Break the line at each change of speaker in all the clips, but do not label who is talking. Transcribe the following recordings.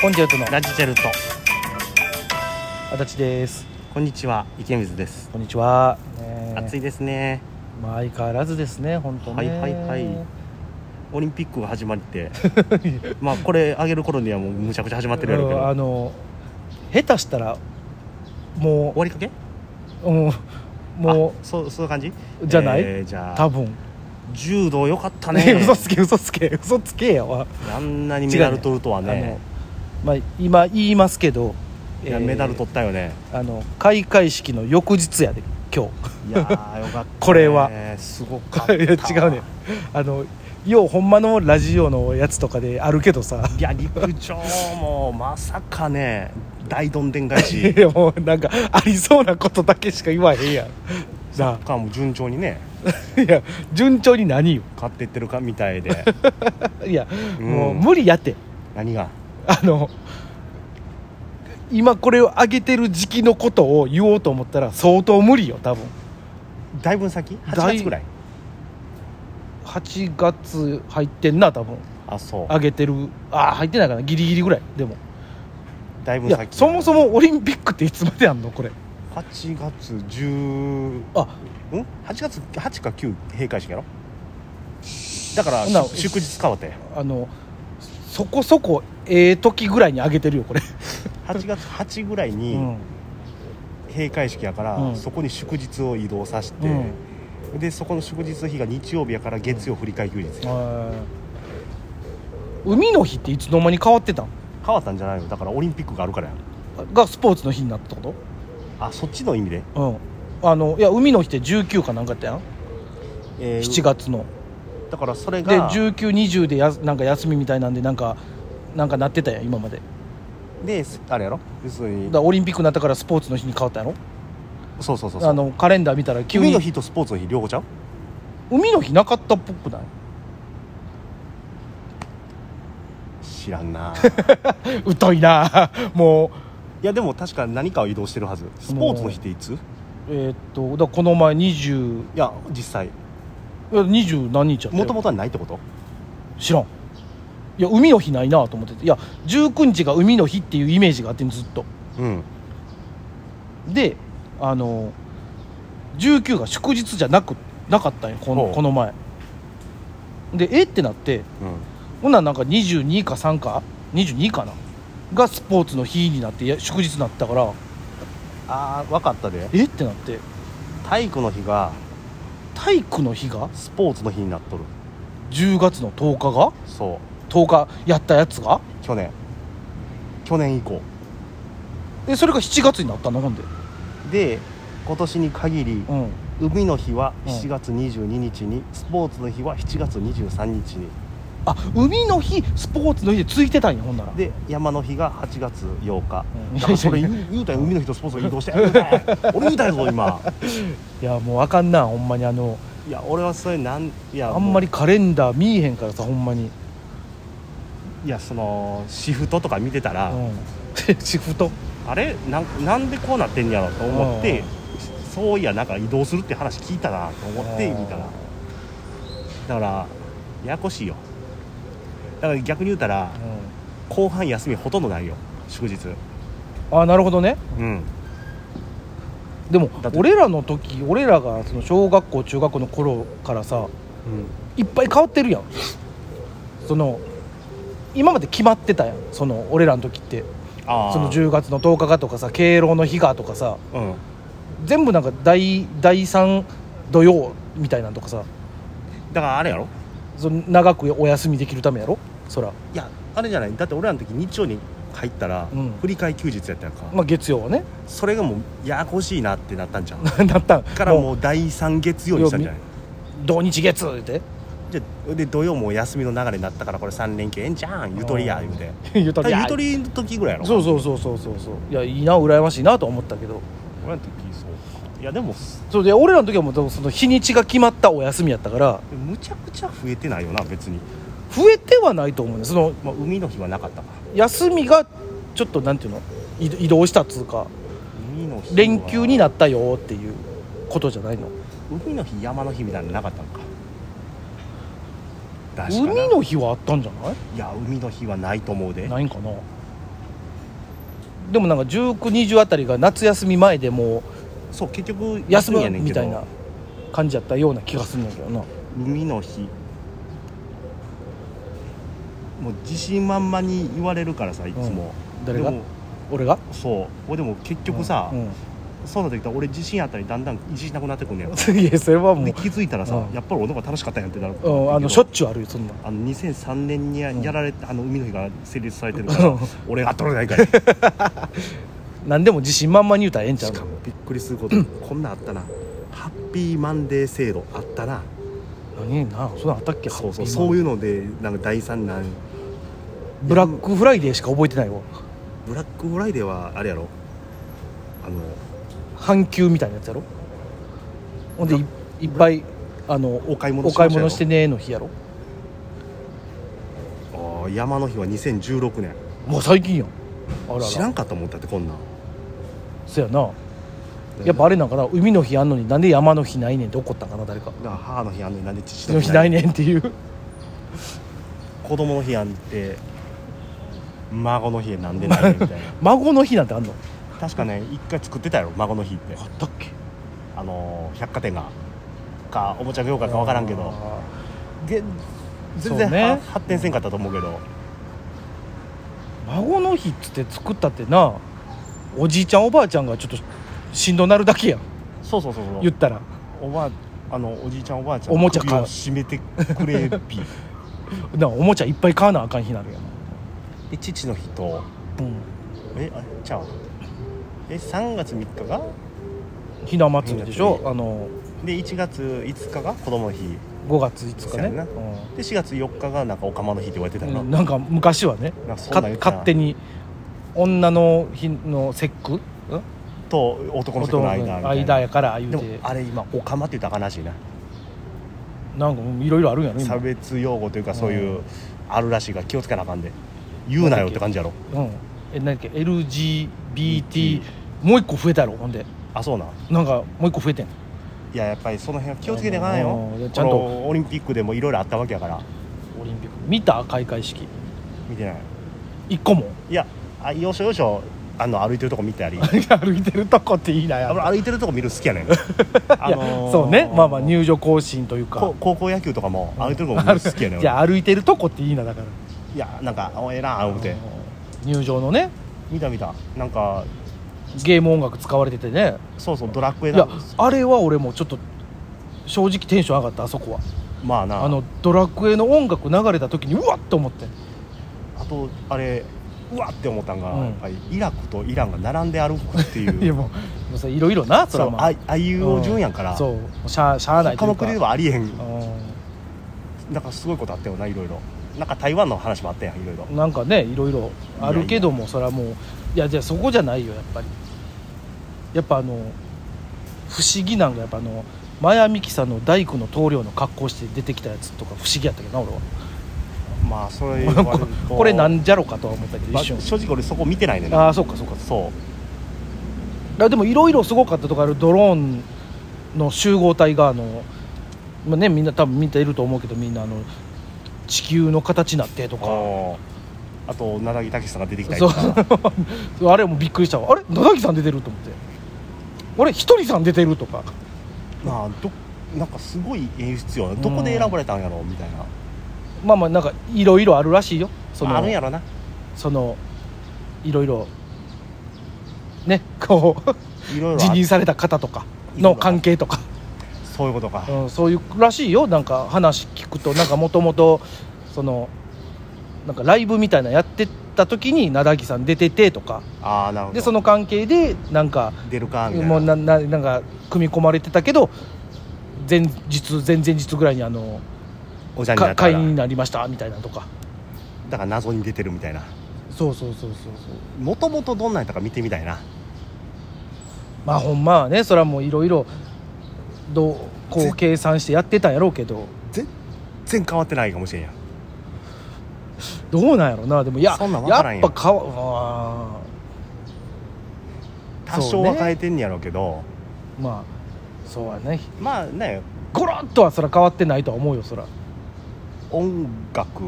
コンチェルトの
ラジチェルト
足立です
こんにちは池水です、
こんにちは、ね
暑いですね
まあ相変わらずですね本当ね
はいはいはいオリンピックが始まって まあこれ上げる頃にはもうむちゃくちゃ始まってるやろうけど
うんあ
終
の下手したらも
わりかけ
う、うん、も
あそうそういう感じ
じゃない
えーじゃ
う多
あ
分
柔道良かったね
嘘つけ嘘つけ嘘つけやわ
あんなにメダル取るとは
あ
ね
のまあ今言いますけど
いや
えー
メダル取ったよね、
あの開会式の翌日やで今日
い やーよかった、ね、
これは
すごかっ
い
た
や違うねあのようほんまのラジオのやつとかであるけどさ
いや陸上もまさかね大どんでん返し
いやもう なんかありそうなことだけしか言わへんやんな
かも順調にね
あいや順調に何よ
勝っていってるかみたいで
いや、
うん
もう無理やって
何が
あの今これを上げてる時期のことを言おうと思ったら相当無理よ多分
だいぶ先8
だい
月ぐらい
8月入ってんな多分
あそう
上げてるああ入ってないかなギリギリぐらいでも
だいぶ
いや
先
そもそもオリンピックっていつまでやんのこれ
8月10
あ
うん8月8か9閉会式やろだから
ほな
し祝日変わって
あのそこそこええ時ぐらいに上げてるよこれ、
8月8ぐらいうに
ん
閉会式やから、
うん
そこに祝日を移動させて、でそこの祝日の日が日曜日やから月曜振り替え休日や
海の日っていつの間に変わってたん
変わったんじゃないのだからオリンピックがあるからやん
がスポーツの日になったってこ
あそっちの意味で、
とうんあのいや海の日って19かなんかやったやん
えー
7月の
だからそれ
で
が
1920でやすなんか休みみたいなんでなんかなんかなってたやん今まで
であれやろ要するに
だからオリンピックになったからスポーツの日に変わったやろ
そうそうそうそう
あのカレンダー見たら急に
海の日とスポーツの日両方ちゃう
海の日なかったっぽくない
知らんな
疎いな も
いやでも確か何かを移動してるはずスポーツの日っていついう
えーっとだからこの前20
や実際
いや20何日やった
も
よ
ともとはないってこと
知らんいや海の日ないなと思ってていや19日が海の日っていうイメージがあってんずっと
うん
であの19が祝日じゃなくなかったんよこ
ほ
の
う
この前でえってなってほんならなんか22か3か22かながスポーツの日になっていや祝日になったから
ああ分かったで
えってなって
体育の日が
体育の日が
スポーツの日になっとる
10月の10日が
そ
10日やったやつが
う去年去年以降
えそれが7月になったのほんで
で今年に限り
うん
海の日は
うん
7月22日にスポーツの日は7月23日に
あ海の日スポーツの日でついてたんやほんなら
で山の日が8月8日
うん
だからそれ言う言うたん海の日とスポーツが移動して言うたんや俺言うたんや ぞ今
いやもうあかんなほんまにあの
いや俺はそれなんいや
あんまり
も
カレンダー見えへんからさほんまに、
ういやそのシフトとか見てたら、
うんシフト
あれなんなんでこうなってんやろと思って、
うん
そういやなんか移動するって話聞いたなと思って
うん
見たらだからややこしいよだから逆に言うたら
う
後半休みほとんどないよ祝日
んあなるほどね
うん
でも
だって
俺らの時俺らがその小学校中学校の頃からさいっぱい変わってるやんその今まで決まってたやんその俺らの時って
ああ
その10月の10日がとかさ敬老の日がとかさ
うん
全部なんか第第3土曜みたいなんとかさ
だからあれやろ
その長くお休みできるためやろそら、
いやあれじゃないだって俺らの時日曜に入ったら、
うん
振り替え休日やったやんか、
まあ、月曜はね
それがもうややこしいなってなったんじゃんだ
なったん
からもう第3月曜にしたんじゃない
土日月 って
じゃあで土曜も休みの流れになったからこれ3連休ええんじゃんゆとりや言うて
ゆ
だ
と
か
り
らゆとりの時ぐらいやろ
そうそうそうそうそうそういやいいな羨ましいなとは思ったけど
俺の時そういやでもす
そうで俺らの時はもうその日にちが決まったお休みやったから
むちゃくちゃ増えてないよな別に、
増えてはないと思うねその
まあ、海の日はなかったか
休みがちょっとなんていうの移移動したっつうか
海の日は
連休になったよっていうことじゃないの
海の日山の日みたいなのなかったのか確かな
海の日はあったんじゃない
いや海の日はないと思うで
ないんかなでもなんか1920あたりが夏休み前でも
そう結局
う休
み
む
やねんけ
み
ど
たいな感じやったような気がするんだけどな
海の日もう自信満々に言われるからさいつも、
うん誰が
でも
俺が
そう俺でも結局さ、
うん
そうなってきたら俺自信あったりだんだん自信なくなってくんねや
うん いやそれはも
で
う、
気づいたらさ、
うん
やっぱり俺の方が楽しかったんやんってなる
うん、あのしょっちゅうあるよそんな
あの2003年にや
うん
やられた、あの海の日が成立されてるから
うん
俺が取れない からし
何でも自信満々に言うたらええんちゃう
かもびっくりすることにこんなんあったなハッピーマンデー制度あったな
何なそんなんあったっけ
そうそう
今
そういうのでなんか第三弾
ブラックフライデーしか覚えてないわ
ブラックフライデーはあれやろあの
阪急みたいなやつやろほんでいいっぱいあの
お買い物
お
しましょ
買
う
い
よ
物してねーの日やろ
あー山の日は2016年
もう最近やんあらら
知らんかったもんだってこんなん
そやなやっぱあれなんかな海の日あんのになんで山の日ないねんって怒ったんかな誰か
だから母の日あんのになんで父
海の日ないねんって いう
子供の日あんって孫の日なんでないねん みたいな
孫の日なんてあんの
確かね一回作ってたやろ孫の日って
あったっけ
あのー百貨店がかおもちゃ業界か分からんけど
あ
げ
そ
全
う
然、
ね
は発展せんかったと思うけど、
ー孫の日っつって作ったってなおじいちゃんおばあちゃんがちょっとしんどなるだけやん
そうそうそうそ
言
う
ったら
おばああのおじいちゃんおばあちゃん
おもちゃ買う
首を締めてくれび
なおもちゃいっぱい買わなあかん日なるやん、
で父の日と
う
えあちゃうえ3月3日が
ん、ひな祭りでしょ
ひ
あの
で1月5日が子供の日
5月5日ね
そうやな
う
で4月4日がなんかおかまの日って言われてた
ん
よな、
なんか昔はね
なんかそん
か
なん言ってた
勝手に女の日の節句ん
と男の人の間みたいな
間やから言う
でも
て
あれ今おかまって言ったら悲しいな、
なんかもういろいろあるんやろ今
差別用語というかそういううあるらしいが気をつけなあかんで言うなよって感じやろ
うんえなんだっけ LGBT もう一個増えたやろほんで
あそうなん
なんかもう一個増えてん
いややっぱりその辺は気をつけていかない
あ
よ
のーいやち
ち
ゃ
ゃ
ん
ん
と
とオリンピックでもいろいろあったわけやから
オリンピック見た開会式
見てない
一個も
いやあよいしょよいしょあの歩いてるとこ見たりあ
歩いてるとこっていいなやっ
俺
ぱ
歩いてるとこ見るの好きやねん
い
あ
や
のー
そうねまあまあ入場行進というか
こ高校野球とかも歩いてるとこ見るの好きやねん
じゃあ歩いてるとこっていいなだから
俺いやなんかおええなあ思って
入場のね
見た見たなんか
ゲーム音楽使われててね
そうそうドラクエ
いや
な
あれは俺もちょっと正直テンション上がったあそこは
まあな
あ
あ
のドラクエの音楽流れた時にうわっと思って
とあれうわって思ったんが、
うん
やっぱりイラクとイランが並んで歩くってい う
いやもうもうさいろいろなそれは
そう
ま
ああいうお順やんから、
うんそうもうしゃあしゃあないと
他
いう
の
か
国ではありえん
う
なんかすごいことあったよないろいろなんか台湾の話もあったやんいろいろ
んなんかねいろいろあるけどもそれはもういやじゃあそこじゃないよやっぱりやっぱあの不思議なんがやっぱあのマヤミキさんの大工の棟梁の格好して出てきたやつとか不思議やったけどな俺は
まあそれ言われる と
これなんじゃろかとは思ったけど
まあ
一瞬
正直俺そこ見てないねんな
ああそうかそうか
そ
いやでもいろいろすごかったとかあるドローンの集合体があの、まあね、みんな多分見ていると思うけどみんなあの地球の形になってと
う
か
あと七木武さんが出てきたり
そ
と
う
か
あれもびっくりしたわあれ野崎さん出てると思ってあれひとりさん出てるとか
まあどなんかすごい演出よねどこで選ばれたんやろうみたいな
まあまあなんかいろいろあるらしいよその
あるんやろな
そのいろいろねこう
い ろいろ
辞
あ
任された方とかの関係とか。
そういうことか、
うん、そういうらしいよなんか話聞くとなんかもともとそのなんかライブみたいなのやってた時に名木さん出ててとか
ああなるほど
でその関係でなんか
出るかみたいな
もうなななんか組み込まれてたけど前日前々日ぐらいにあの
おじゃんにな
か
ったか
会
ら
員になりましたみたいなとか
だから謎に出てるみたいな
そうそうそうそうそう
もともとどんなんやったか見てみたいな
まあほんまはねそれはもういろいろどうこう
ぜ
計算してやってたんやろうけど
全然変わってないかもしれんやん
どうなんやろなでもいや
そんなん分
や
からん
っ
よ
ぱかわあー
多
そう
少
ね
は変えてんやろうけど
まあそうはね
まあね
ゴロッとはそら変わってないとは思うよそら
音楽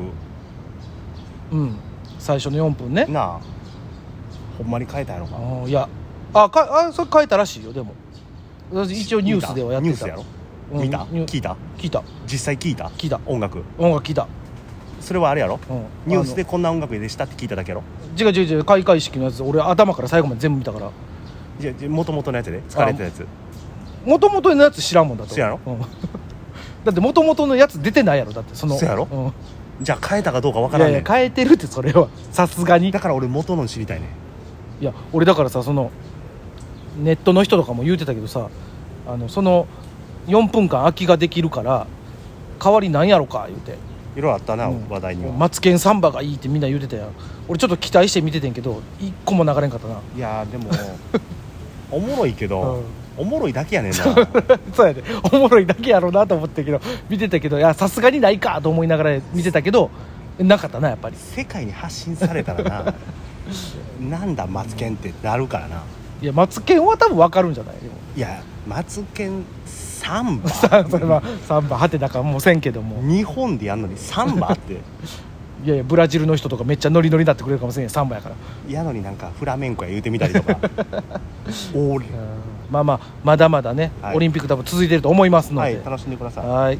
うん最初の4分ね
なあほんまに変えたんやろか
あいやあかあそれ変えたらしいよでも私一応ニュースではやって
ニュース
た
やろ
うん
見た
ニュ
聞いた
聞いた
実際聞いた
聞いた
音楽
音楽聞いた、
それはあれやろ
うん、
ニュースでこんな音楽でしたって聞いただけやろ
あの違う違う違う開会式のやつ俺頭から最後まで全部見たから
じゃもともとのやつで疲れてたやつ
もともとのやつ知らんもんだと
そやろ
うん だってもともとのやつ出てないやろだってその
そやろ
うん
じゃあ変えたかどうかわか
い
ら
や
ん
い
ね
や
ん
変えてるってそれはさすがに
だから俺元の知りたいねん
いや俺だからさそのネットの人とかも言うてたけどさあのその4分間空きができるから代わりなんやろか言うて
いろいろあったな、
うん
話題には、
マツケンサンバがいいってみんな言うてたやん俺ちょっと期待して見ててんけど一個も流れんかったない
やーで もおもろいけ
う
ど
ん、
おもろいだけやね んな
そうやでおもろいだけやろうなと思ってたけど見てたけどいやさすがにないかと思いながら見てたけどなかったなやっぱり
世界に発信されたらななんだマツケンってなるからない
やマツケンは多分分かるんじゃないでも
いやマツケンサンバ
それは サンバハテナかもせんけども
日本でやんのにサンバって
いやいやブラジルの人とかめっちゃノリノリになってくれるかもしれんよサンバやから
やのになんかフラメンコや言うてみたりと かおーれ
まあまあまだまだね、
はい
オリンピック多分続いてると思いますの
は
で、
い楽しんでください
はい